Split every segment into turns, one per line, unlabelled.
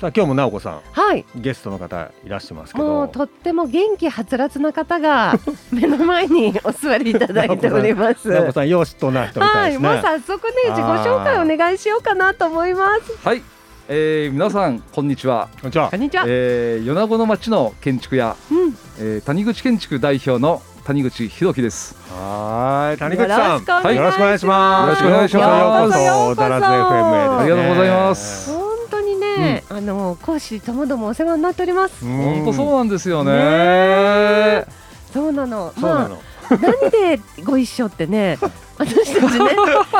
さあ今日も直子さ
はい
んゲストの方いらしてますけ
も
ど
うとっても元気はつらつな方が 目の前にお座りいただいております
直子さんよしとな人みた
はい
で
い、
すね
もう早速ね自己紹介お願いしようかなと思います
はい、えー、皆さんこんにちは、
こんにちは
こんにちは、
えー、米子の町の建築屋、
うん、
えー、谷口建築代表の谷口博樹です
はーい谷口さん
はい
よろしくお願いします
よろしくお願いします
ようこそダラス FM ですね
ありがとうございます
本当にね、あの講師ともどもお世話になっております、
うん
本当そうなんですよね
ねそうなの
そうな
まあ
の
何でご一緒ってね 私たちね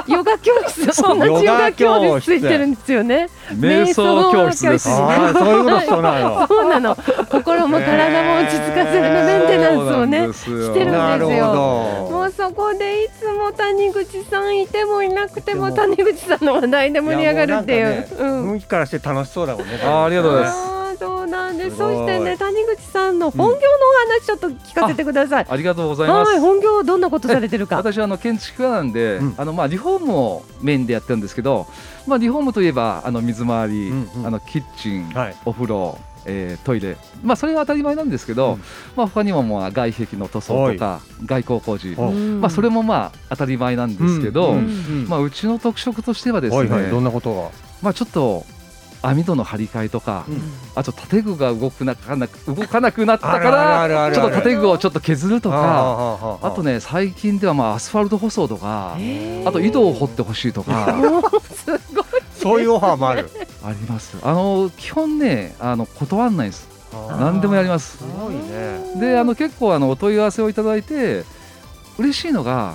ヨガ教室
そ
同
う
じヨ
ヨガ
ガ
教
教
室
室ついてるんですよね
瞑想教室です
瞑想教
あーそういうことそうなの
そうなの心も体も落ち着かせるメンテナンスをね、
し
してるんですよ
なるほ
も
ど
うそこでいつも谷口さんいてもいなくても谷口さんの話題で盛り上がるっていう。
やもうなんかね
うん
雰囲気からして楽しそうだもんね
あーありがとうございます
あーそうなんです
すごい
そしてね谷口さんの本業のお話ちょっと聞かせてください、
ありがとうございま
はい
す
本業どんなことされてる か
私はあの建築家なんで、
うん
あのまあリフォームをメインでやってるんですけど、まあリフォームといえばあの水回り、
うんうん
あのキッチン、
はい
お風呂、えートイレ、まあそれは当たり前なんですけど、
うん
まあ他にもまあ外壁の塗装とか外構工事、
お
まあそれ
も
もまあ当たり前なんですけど、
うんん
まあうちの特色としてはですね、
はいはいどんなことが
まあちょっと網戸の張り替えとか、
うん
あと建具が動くなかなく動かなくなったから、
あるあるあるある
ちょっと建具をちょっと削るとか。
あ
あとね最近ではまあアスファルト舗装とか、あと井戸を掘ってほしいとか
すごい
そういうオファーもある
あります。あの基本ねあの断んないです。何でもやりま
す。
す
ごいね
であの結構あのお問い合わせをいただいて嬉しいのが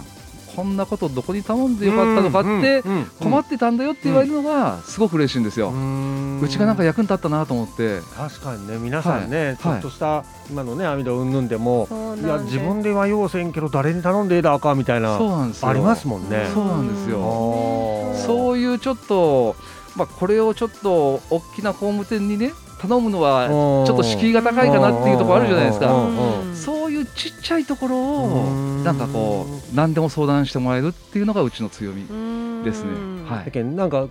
こんなことどこに頼んでよかったのかって困ってたんだよって言われるのがすごく嬉しいんですよ。うちがなんか役に立ったなと思って。
確かにね皆さんね、
はい
ちょっとした今のね網戸うんぬんでも、
そうなん
いや
です
自分では要せんけど誰に頼んでえだあかんみたいな
そうなんですよ。
ありますもんね。
そうなんですよ
あー
そういうちょっとまあこれをちょっと大きな工務店にね頼むのはちょっと敷居が高いかなっていうところあるじゃないですか。
うん
そういうちっちゃいところ
うー
を
ん
なんかこう何でも相談してもらえるっていうのがうちの強み
う
ですね。は
だ
い。
けどなんか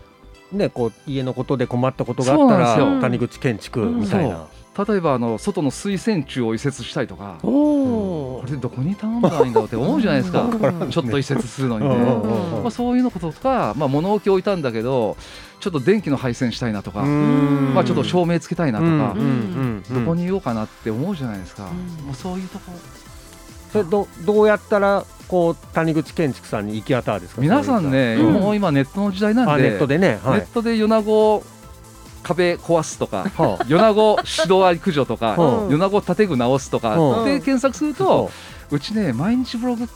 ねこう家のことで困ったことがあった
そう
なん
ら
ですよ
谷口建築みたいな。
例えばあの外の水洗柱を移設したいとか、こ
おー
れどこに頼んだらいいんだろうって思うじゃないですか
う。ん
ちょっと移設するのに
うんう
ね。
んうん
まあそういうのこととか、まあ物置置いたんだけど、ちょっと電気の配線したいなとか、
ん
まあちょっと照明つけたいなとか
うん、うんうんうん
どこにいようかなって思うじゃないですか。
うん
もうそういうとこ。
それどどうやったらこう谷口建築さんに行き当たるんですか。
皆さんね、
そういううの
ん
もう今ネットの時代なん
あネ
で、
ットでねは
ネ
い
ッ。トで米子壁壊すと か、
はあ
米子指導あり駆除と
は
か、
あ
米子建具直すと
うん
かで検索すると、うちね、毎日ブログ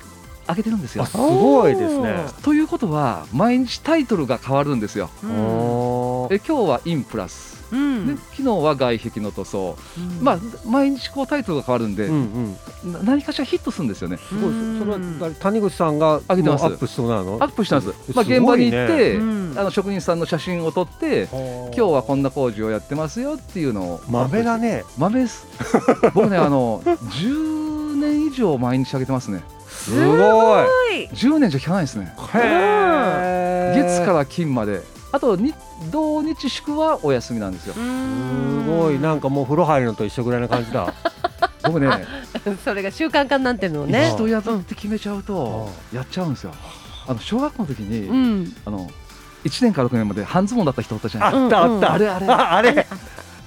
上げてるんですよ
あ。すごいですね。
ということは、毎日タイトルが変わるんですよ。
うん
おー
え今日はインプラス、
うん
で昨日は外壁の塗装、
うん
まあ、毎日こうタイトルが変わるんで、
うんうん。
な何かしらヒットするんですよね。
すごいです
うん
それは谷口さんが
上げてます
もうアップしそうなの
アップしたんです、まあ、
す
現
ご
場
いね
に行って、
うん
あの職人さんの写真を撮って、
今
今日はこんな工事をやってますよっていうのを
豆だね
豆です僕ねあの10年以上毎日あげてますね
すごい
い
10年じゃ聞かないですね
へー
月から金まであとに土日祝はお休みなんですよ
すごいなんかもう風呂入るのと一緒ぐらいな感じ だ
僕ね
それが習慣化になってるのね
一。度やるって決めちゃうとやっちゃうんですよあの小学校の時に、
うん、
あの1年から6年まで半ズボンだった人おったじゃないですか
あったあった
あれあ れ
ああれ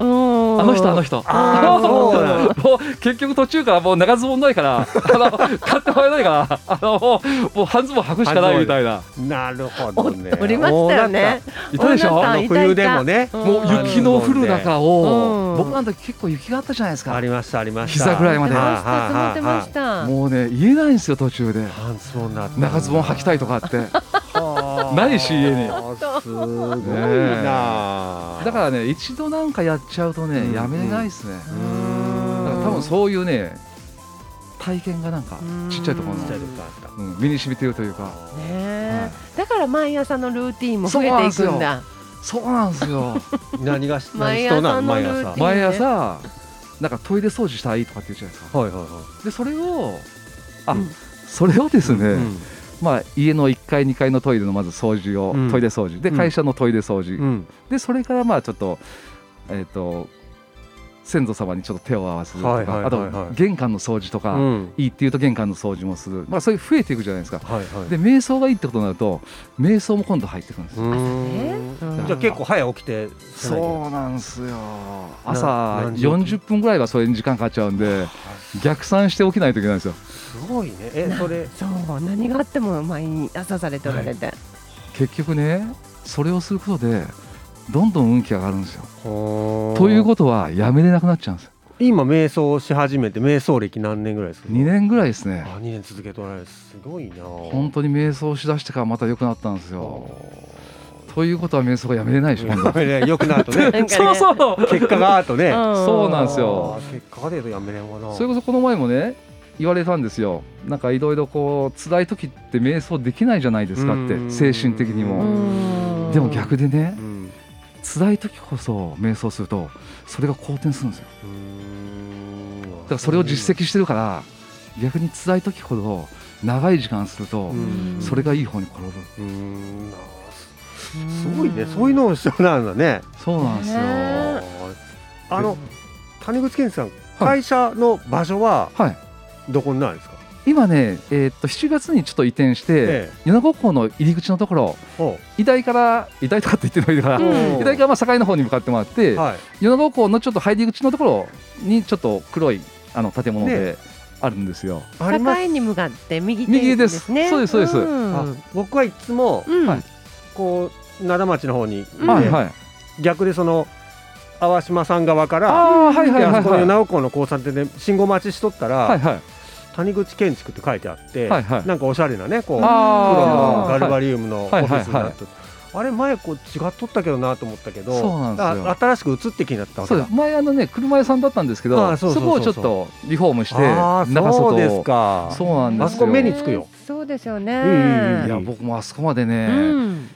あの
あの人あの人
あーそうな
もう結局途中からもう長ズボンないから あの買ってもらえないからあのもうもう半ズボン履くしかないみたいな
なるほどね
おりましたよね。
いたでしょ
女さ
あ
ん
の冬でもね
いたいた
もう雪の降る中を、
うん
僕なんて結構雪があったじゃないです
あ
か、
りましたありました
膝ぐらいまで
積
は
もってま
は
した。積もってました。
もうね言えないんですよ途中で
半ズボンだった
長ズボン履きたいとかあって
はあ
ないし家に
すごい
ねえ
な
だからね一度なんかやっちゃうとね、
うん
やめないですね、
う
だから
ん
多分そういうね体験がなんか
うん
ちっちゃいところ
ちっちゃい
の、
時からあった
うん、身に染みてるというか
ね
は
えだから毎朝のルーティンも増えていく
そ
ん
うな
だ。
そうなんですよ
何がし何
毎
し
朝
となの
の
毎朝
ルーティン
毎朝なんかトイレ掃除したらいいとかって言うじゃないですか
はいはいは
でそれをあ、
うん
それをですね、
い
まあ、家の1階2階のトイレのまず掃除を、
うん
トイレ掃除で
うん
会社のトイレ掃除、
うん
でそれからまあちょっとえー、と先祖様にちょっと手を合わせるとか、
はいはいはいはい
あと玄関の掃除とか、
うん
いいって言うと玄関の掃除もする、まあ、そういう増えていくじゃないですか。
はいはい
で瞑想がいいってことになると瞑想も今度入ってくるんです
う
よ。
ー
うん
んじゃあ結構早起きて
そうなんですよ
な
朝
何時
40分ぐらいはそれに時間かかっちゃうんで逆算して起きないといけないんですよ
すごいねえそれ
そう何があっても毎日朝されておられて、
結局ねそれをすることでどんどん運気が上がるんですよ
と
ということはやめれなくなっちゃうんですよ
今瞑想をし始めて瞑想歴何年ぐらいですか
2年ぐらいですね
あ2年続けておられるすごいな
本当に瞑想しだしてからまた良くなったんですよということは瞑想がやめれないでしょ今 度
よくなるとね
なんかね
そうそう
結果があるとね
そうなんですよ
あー結果が出るとやめれんわな
それこそこの前もね言われたんですよなんかいろいろこう辛い時って瞑想できないじゃないですかって精神的に
う
も
ん
でも逆でね
うん
辛い時こそ瞑想するとそれが好転するんですよ
うーん
だからそれを実績してるから逆に辛い時ほど長い時間すると
うん
それがいい方に転ぶ
うーんあーすすごいねそういうのも必要なんだね
そうなんですよ
ね
あーあの谷口健二さん
はい
会社の場所は
はい
どこになるんですか、
今ねえーっと7月にちょっと移転して
え
米子港の入り口のところ
えおう
医大から医大とかって言ってるのいいから
うん
医大からまあ境の方に向かってもらって
はい
米子港のちょっと入り口のところにちょっと黒いあの建物であるんですよ
あります
境に向かって右手
右
で
です
すね
そうですそうです
ん
あ僕はいつも
うん
はい
こう灘町の方に行って、
うん
はいはい
逆でその淡島さん側から
ああーはいはい
であ
はい
そこの
はい
米子港の交差点で信号待ちしとったら、
はいはい
谷口建築って書いてあって、
はいはい
なんかおしゃれなねこう
あ
黒
ー
のガルバリウムのオフ
はい
ィスに
はい
な
は
っ
い
てあれ前こう違っとったけどなと思ったけど
そうなんですよ
あ新しく移ってきになったわけ
そうで
だ
す前あのね車屋さんだったんですけ
あー
ど
そう
そ
そう
こ
そうそ
をち
う
ょっとリフォームして
あー
中
そうで
外
す
を
か
そうなんですよ
あそこ目につくよ
そうですよね、
んうん
いや僕もあそこまで
う
ね
ん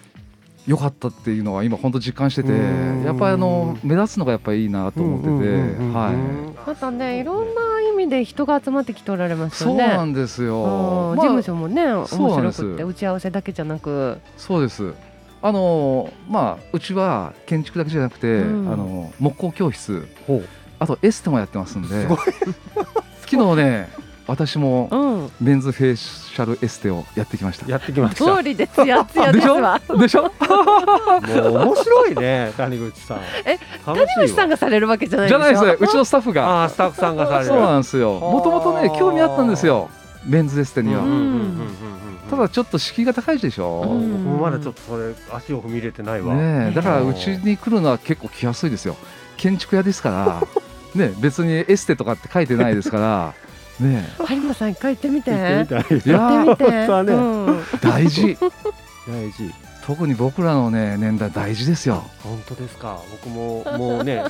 良、かったっていうのは今本当実感してて
うん
やっぱりあの目立つのがやっぱりいいなと思ってて、はい
またねいろんな意味で人が集まってきておられま
い、
すよ
そう
ね
なんですよ
う、ん事
まあ
務所もね面
そうなん
白
です
くって打ち合わせだけじゃなく
そうですあのまあうちは建築だけじゃなくて、
うん
あの木工教室
ほう
あとエステもやってますんです
ごい
昨日ね私も
うん
メンズフェイシャルエステをやってきました
やってきましたも
通りでツヤツヤ
で
で
し
す
ょ
わ
でしょ
う面白いね谷口さん
え
楽
谷口
しい
さん
わ
がされるわけじゃないでし
じゃ
ょ
ないですねうちのスタッフが
あースタッフさんがされる
そうなんですよ
あー
もともとね興味あったんですよメンズエステには、
うん
ただちょっと敷居が高いでし
僕
ょ、
うん
もまだちょっとそれ足を踏み入れてないわ、
ねえだからうちに来るのは結構来やすいですよ建築屋ですから ねえ別にエステとかって書いてないですからね
有馬さん一回行ってみて
行ってみた
えい
い
行
や
っ
ー
てみて
本当はね
うん
大事
大事
特に僕らのね年代大事ですよ
本当ですか僕ももうね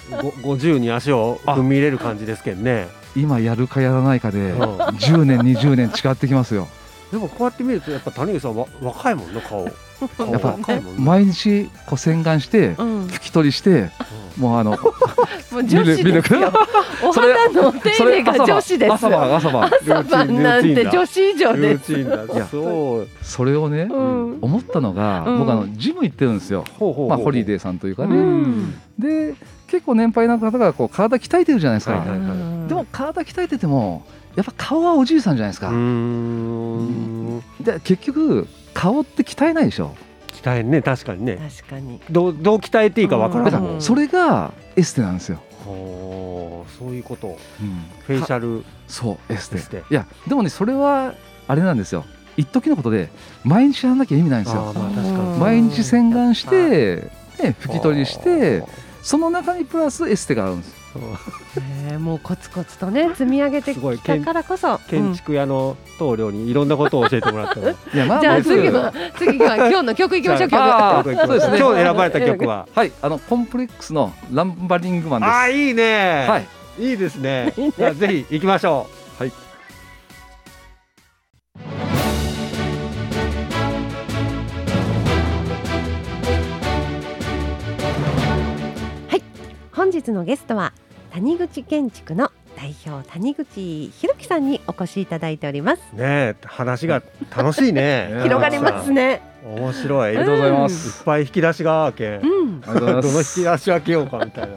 ご50に足を踏み入れる感じですけどね
今やるかやらないかで
うん
10年20年違ってきますよ
でもこうやって見るとやっぱ谷口さんは若いもんな顔顔
やっぱ
若いもんね
毎日こう洗顔して
うん
拭き取りしてもうあの
もう女子
見
で
る
すよお
それ
肌のお手入れが女子です
朝
よ
晩朝晩
ルーチン
朝晩なん
ルーチ
て
ンだ
女子以上
ル
で
ー
す
チンだ
いや
そう
それをね
うん
思ったのが、
うん
僕あのジム行ってるんですよ、
ほうほうほう
まあ、ホリデーさんというか
う
ね、
ん
で結構年配の方がこう体鍛えてるじゃないですか、
はいはい
でも体鍛えててもやっぱ顔はおじいさんじゃないです
う
か、
ーん
で結局顔って鍛えないでしょ
鍛えんね確かにね
確かに
どうどう鍛えていいかわから
だ
ん
か
も
うん
らそれがエステなんですよ、
ほうそういうこと
うん
フェイシ
か
ャル
そうエステ
エステ
いやでもねそれはあれなんですよ一時のことで毎日やらなきゃ意味ないんです
あー
よ
まあ確か
ー
に
毎日洗顔し
は
て、ね、拭き取りしてその中にプラスエステがあるんです
あー
ねもうコツコツとね積み上げて
すごい
きたからこそ
建築屋の棟梁にいろんなことを教えてもらったの
いやま
う
あ
んじゃあ
僕
次は次は今日の曲いきましょう曲
あー
曲いきましょ
そうですね
今日選ばれた曲は
はい、あのコンプレックスのランバリングマンです。
ああいいね
はい、
いいですねじゃあぜひ行きましょう
はい
本日のゲストは谷口建築の代表谷口博樹さんにお越しいただいております
ねえ話が楽しい ね
いやー
広がりますね
面白い
ありがとうございま
いっ
す。
ぱい引き出しがあけ
うん
ありがとうござい
どの
ま
引
す
き出し開けようかみたいな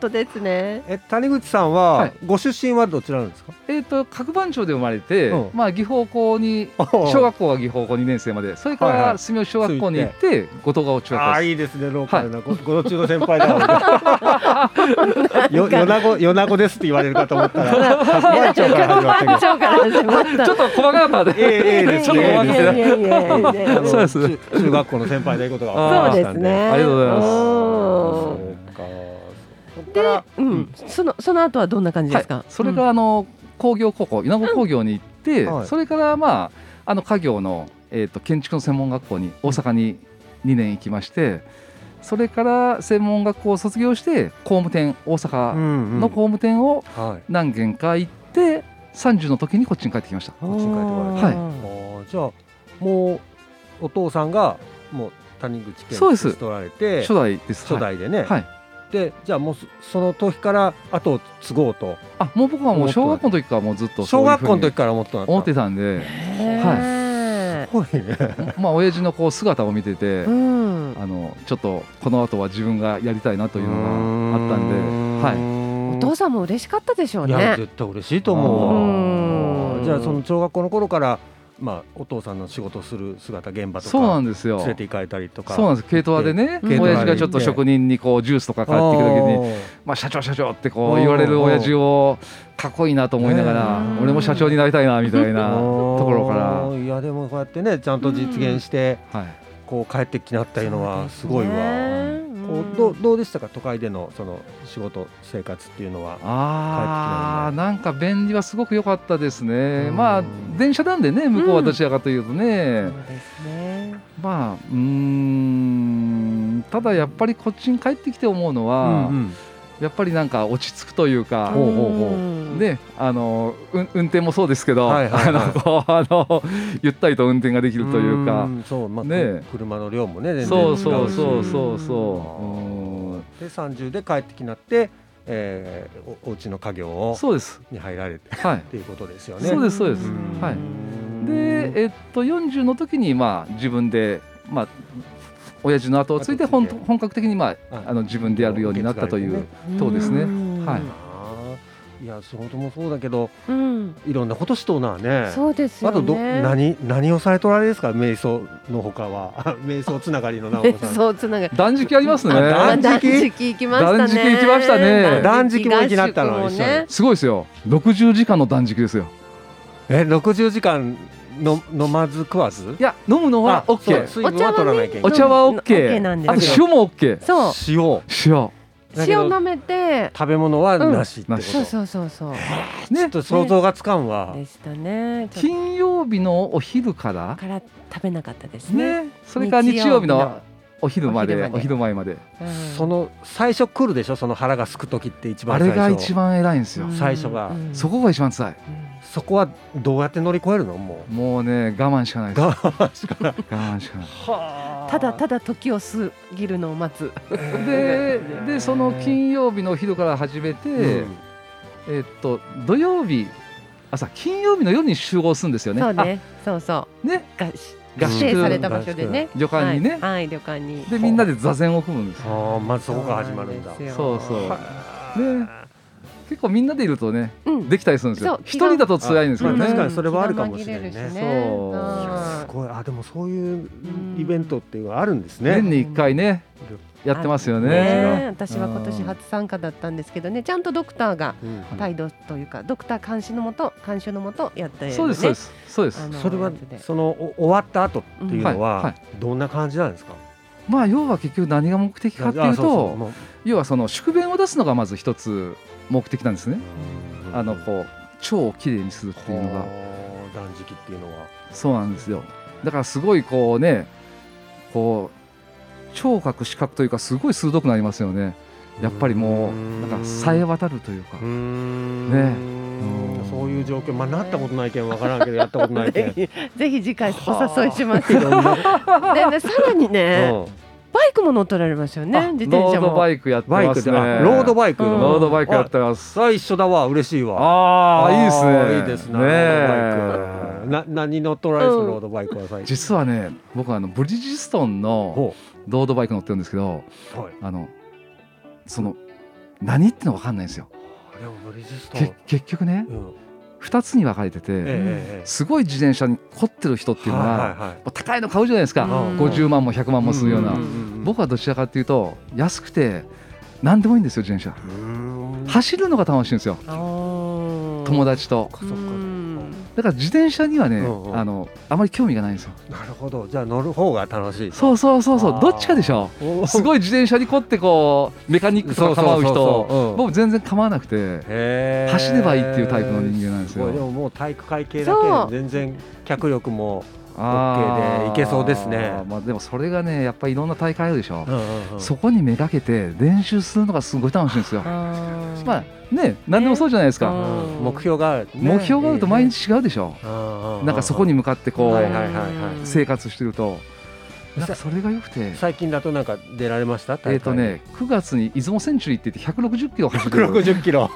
当ですね。
え谷口さん
は
はいご出身はどちらなんですか、
えっ、と角番町で生まれて、
うん
まあ岐阜高に小学校は岐阜高校2年生までそれか
はいは
ら
い
住吉小学校に行って後藤川中
あ
学校
あ
です
いいですねローカルな、ごご途中の先輩だよよなごよなごですって言われるかと思ったら白馬町から始まってる
番長から始まっ
ちょ
た。
っと細かかった
ええ
で
ええです
ちょっと
ね
ごめんなさい
いやいやいやいやいや
あの
そうで
中
す
中学校の先輩でいうことが分か
そ
り
う
ました
で
ん
す
で
ね。
ありがとうございます
おー
そうかそこか
で
ら、
うん、そのその後はどんな感じで
は
すか。
い、それからあの工業高校稲子工業に行って、
うんはい
それからまああの家業の、えー、と建築の専門学校に大阪に2年行きましてそれから専門学校を卒業して工務店大阪
ん
の工務店を
はい
何軒か行って30の時にこっちに帰ってきました。
こっちに帰ってこられた
はい
あーじゃあもうお父さんがもう谷口健
そうです
取られて
初代です
初代でね、
はい、はい
でじゃあもうそその時から後を継ごうと
あもう僕はもう小学校の時からもうずっとそ
小
ういう
学
ふうに
校の時から思ってたんだ
思ってたんで、
は
すごいね
まあ親父のこう姿を見てて
う、ん。
あのちょっとこの後は自分がやりたいなというのがあったんで、はい、
お
い
父さんも嬉しかったでしょう
いや
ね。
絶対嬉しいと思う
う
わ
ん
じゃあその小学校の頃からまあお父さんの仕事する姿現場と
そうな
か
んですよ
連。れて行かれたりとか
そうなんです軽トラでね、
うん
親父がちょっと職人にこうジュースとか買っていく時に
に
「まあ、社長社長」ってこう言われる親父をかっこいいなと思いながら
ねえ
俺も社長になりたいなみたいな
と
ところ か
いやでもこうやってねちゃんと実現して
ら、はい、
こう帰ってきなったいうのはすごいわこうどうどうでしたか都会でのその仕事生活っていうのは
あーなんか便利はすごく良かったですね
うん
まあ電車なんでね向こうはどちらかというとね、
そうですね。
まあうーんただやっぱりこっちに帰ってきて思うのは、
うん
やっぱりなんか落ち着くというか、
ほうほうほう
うん。
ね、あのうん運転もそうですけど、
はいはいはい
あのこうあのゆったりと運転ができるというか、
んそうまあ
ね
車の量もね全然
そう
違
そうう
し
そうそうそう、うん
で30で帰ってきなって、えー、おお家の家業を
そうです、
に入られて
はい
っていうことですよね。
そうですそうです
ん
はい
い
でえっと40の時にまあ自分でまあ親父の後をついて
後を
本
継いで
本格的にまあ
はい
あの自分でやるようになったとい
受
う
け、
そうですね
ん
はい
あーいや仕事もそうだけど
うん。
いろんなことしとうなね。
そうですよ
あ
ね。
とど何何をされとられですか瞑想のほかは 瞑想つながりの直子さん。
そうつながり。
断食ありますね。
あ断食
行きましたね。
断食行きましたね
断食も行きなったの
合宿もね。
すごいですよ。60時間の断食ですよ。
え60時間の飲まず食わず
いや飲むのは
あそう
OK。
水分は取らないけ
お
ない
茶は
うん OK
OK。
なんです
あと
よ
塩も OK。
そう
塩
塩。
だけど
塩舐めて。
食べ物はなしってこ
う
と、
ん
そうそうそうそう。
ちょっと想像がつかんわ、
でしたね。ちょっ
金曜日のお昼から
と。から食べなかったですね。
ね、それから日曜日のお昼ま
お昼
で
まで
お昼前まで
うん
その最初来るでしょその腹がすく時って一番
あ
最
れ
初
が一番偉いんですよ、
うん
最初が
うん
そこが一番辛い
うん
そこはどうやって乗り越えるのも
もうね我慢しかないうです我
我慢しかない
慢しかない
ただただ時を過ぎるのを待つ。
ででその金曜日のお昼から始めて、
うん
えっと土曜日朝金曜日の夜に集合するんですよね
そうね。そうそう。
あね
が
合
指定され
宿
た場所でね。
旅館にね、
はいはい旅館に。
でみんなで座禅を組むんですよ
ああまずそこから始まるんだ
そうなんですよ
そうそう
はあ
結構みんなでいるとね
うん。
できたりするんですよ
そう
一人だと辛いんですけど
ま
ね、
あ確かにそれはあるかもしれないね
気が紛るし
そう
いやす
う
ごいあでもそういうイベントっていうのはあるんですね
年に一回ねやってますよ
ん
ね
ねえ私は今年初参加だったんですけどね、ちゃんとドクターが
うん
態度というか、ドクター監視のもと、監修のもとやって、ね。
そうですそうですそうです
あの
それは
やつで
そのお終わった後っていうの
うんはい
は
は
どんな感じなんですか
まあ要は結局何が目的かっていうと
もう
要はその宿便を出すのがまず一つ目的なんですね、あのこう腸をきれいにするっていうのが
ほう断食っていうのは
そうなんですよだからすごいこうねこう聴覚視覚というかすごい鋭くなりますよねやっぱりもう
うん
なんかさえ渡るというか
うーん
ね
うんそういう状況まあなったことないけんわからんけどやったことないけん
ぜひぜひ次回
はあ
お誘いします
い
よ。
ろんな
でねさらにね、
うん
バイクも乗っ取られますよね。
あ
自
ロ
転車
ード
も
バ。イクやって
バイ
ま
ク
す
で
ね
あロード
イ
バイク
うん
ロードバイクやってます
さあ一緒だわ嬉しいわ
ああいいですね
いいですねロ
ね
ードバイク
え
な何乗っ取られる
うん
ロードバイクは最近
実はね僕はあのブリヂストンの
ほ
ロードバイク乗ってるんですけど
うはい
あのその何っての分かんないんですよ。
あでもブリヂスト
け
ン、
結局ね
うん
2つに分かれてて、
ええええ
すごい自転車に凝ってる人っていうのは,、
いはいはい
高いの買うじゃないですか、
うん
50万も100万もするような、
んんん
僕はどちらかっていうと安くて何でもいいんですよ自転車
うーん
走るのが楽しいんですよ友
友
達と
そっかそっか
だから自転車にはね、
うんうん
あのあまり興味がないんですよ
なるほどじゃあ乗る方が楽しい
そうそうそうそ
あ
う
ー
どっちかでしょす
い
ごい自転車に凝ってこうメカニックとか構う人
人
僕全然構わなくて走ればいいっていうタイプの人間なんですよ
でももう体育会系だ
そう
けで全然脚力も
あー
OK でいけそうですね
まあ、でもそれがねやっぱりいろんな大会あるでしょ、
そ
そこにめがけて練習するのがすごい楽しいんですよまあね何でもそうじゃないですか、
ね
うん目標がある
目標があると毎日違うでしょ、な
なん
かそこに向かってこう、
はいはいはいはい
生活してると
うん
なんかそれが良くて
最近だとなんか出られました
えっとね9月に出雲センチュリーって言って160キロ走る
160キロ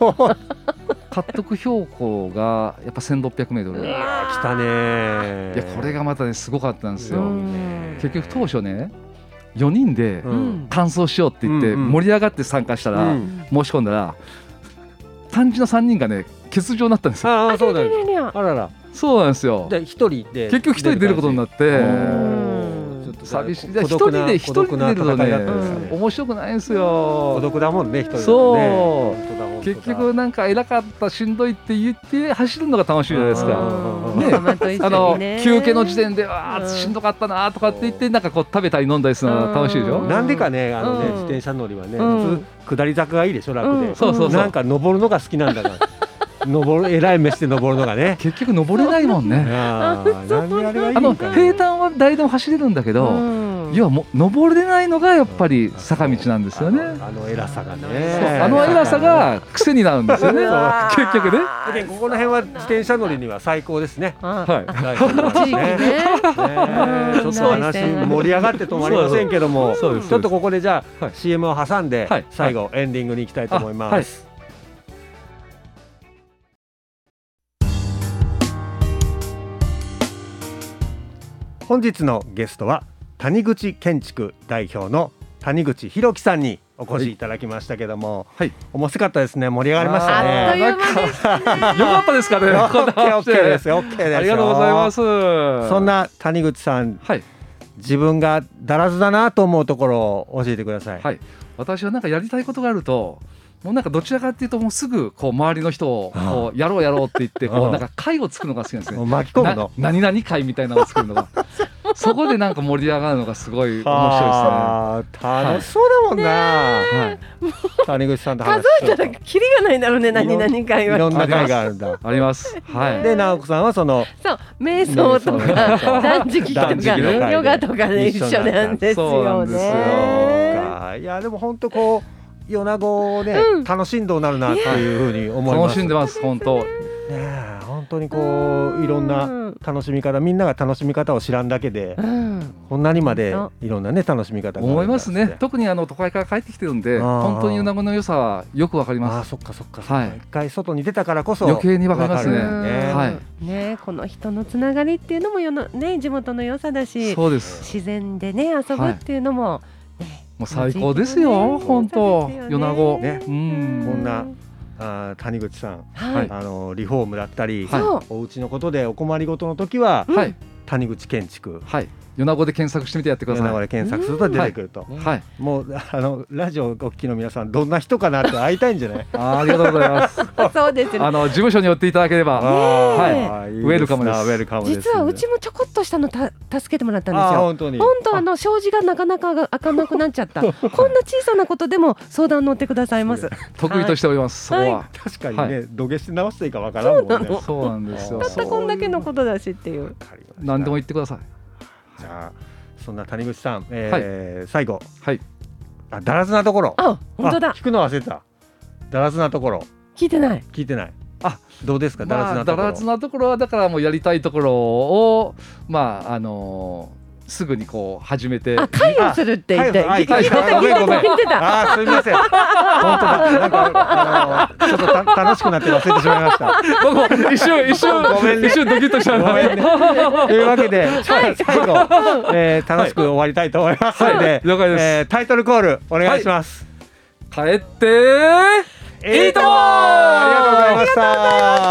獲得標高がやっぱ1600メートル
う
い
わ
来たねー
やこれがまたねすごかったんです
う
よ
ん
結局当初ね4人で
うん
完走しようって言って
うんうん
盛り上がって参加したら、
うん
申し込んだら肝心の3人がね欠場になったんですよ
ああそうなんです
あ
あらら
そうなんですよ
で一人で
結局1人出ることにな
っ
って
うん
ちょっと
寂しい
じゃ
1
あ
人で1人で出ると
孤独な戦い
ね
だったんですね
面白くないんです
孤
よ
独だもんね一人だ
そ
と
う
ね本当だ本当だ
結局なんか偉かったしんどいって言って走るのが楽しいじゃないですか
うん
ねあの休憩の時
で
点でわ
う
あ
ん
しんどかったなとかって言ってなんかこう食べたり飲んだりするのが楽しいでし
う
ょ
ん
なんでかねあのね
うん
自転車乗りはね
うん
普通下り坂がいいでしょ楽
うん
で
そうそうそう
なんか登るのが好きなん だから登る偉い飯で登るのがね
結局登れないもんね
あーなんであれがいい
あの
んかね
平坦は誰でも走れるんだけど要はもう登れないのがやっぱり坂道なんですよね
あのあの偉さがね
そうあの偉さが癖になるん ですよね
そう
結局ね
でここら辺は自転車乗りには最高です ね
は
大好物です
地域ね
ねねえちょっと話盛り上がって止まりませんけども、
そうです
ちょっとここでじゃあ
はい
CM を挟んで
はい
最後エンディングに行きたいと思います。本日のゲストは谷口建築代表の谷口博樹さんにお越しいただきましたけども、
はい
面白かったですね盛り上がりまし
あ
た
っと
ね。
いう間です
いよかったですか ね
オ
こん
ッ
な
ケーオ
話
ッケーですよ。オッケーですよ。
ありがとうございますそ
そんな谷口さん
はい
自分がだらずだなと思うところを教えてください。
はい、私はなんかやりたいことがあるともうなんかどちらかっていうともうすぐこう周りの人をこうやろうやろうって言ってこ
う
うんなんか会を作るのが好きなんです
も
ね。
う巻き込む
な
の。
何々会みたいなのを作る のがそこでなんか盛り上がるのがすごい面白
はあ楽しそうだもんな、
いですね。はい、
谷口さんと話
数えたらキリがないんだろうね何々か
い
言われ
ろんな会があるんだ。
あります。はい、
で直子さんはその
そう瞑想と
瞑
か
想
断食とか
断食の会で
ヨガとかで一緒なんです
そうな
よ
んです
ね。
かいやでも本当こう米子をね、
うん
楽しんどうなるなっていうふうに思いま
楽
す。
しんでます本当。
ねえ本当にこういろんな楽しみ方みんなが楽しみ方を知らんだけで
うん
こんなにまで
本
いろんなね楽しみ方があるんだ
思います
って
ね。特にあの都会から帰ってきてるんで
あー
本当にうなごの良さはよくわかり
あ
ま
あ
す。
そっかそっか、
はい
一回外に出たからこそ
余計にわかります
わ
ね
う
るよ
ん
ね
はい
ねこの人のつながりっていうのもよのね地元の良さだし
そうです。
自然でね遊ぶっていうのも、ね
もう最高ですよ本当米子。
ね
うん
こんなあー谷口さん、
はい、
あのリフォームだったり、
はい
そう
お家のことでお困りごとの時は
うん
はい
谷口建築
はい。米子で検索してみてやってくだ
柳
さい。
川
は
で検索すると出てくると、
い。
もうあのラジオをお聞きの皆さんどんな人かなって会いたいんじゃ ない
あーありがとうござい ます。
そうですね
あの事務所に寄っていただければ。
は
ウェルカムです
ウェルカムです
実はうちもちょこっとしたのた助けてもらったんです
あー
よ
本当に
本当あの障子がなかなか開かなくなっちゃったこんな小さなことでも相談乗ってくださいます
得意としております。そこは。
確かにね、土下して直していいかわからんもんね
そうなの
そうなんですよ
た。
たったこんだけのことだしっていう
わかりました
何でも言ってください。
じゃあそんな谷口さん、えー最後
はい
あだらずなところ
あ本当
あ
だ
聞くの忘れてただらずなところ
聞いてない
聞いてない
あ
どうですかだらず
ま
な
あ
と
だ
ころ、
らずなところはだからもうやりたいところをまああのーすぐにこう始めて。
あ会をするって言って
あ会
聞
をあ
いてた
会を
聞いてた
ごめんごめん
聞いてた
あーすみません。本当だ。なんか、あの、ちょっとた楽しくなって忘れてしまいました。
僕も一瞬一瞬
ごめんね
一瞬ドキッとした
ごめんね。というわけで、最後、えー楽しく終わりたいと思いますので、
了解です。
えータイトルコールお願いします。
帰っていいとも
ありがとうございました。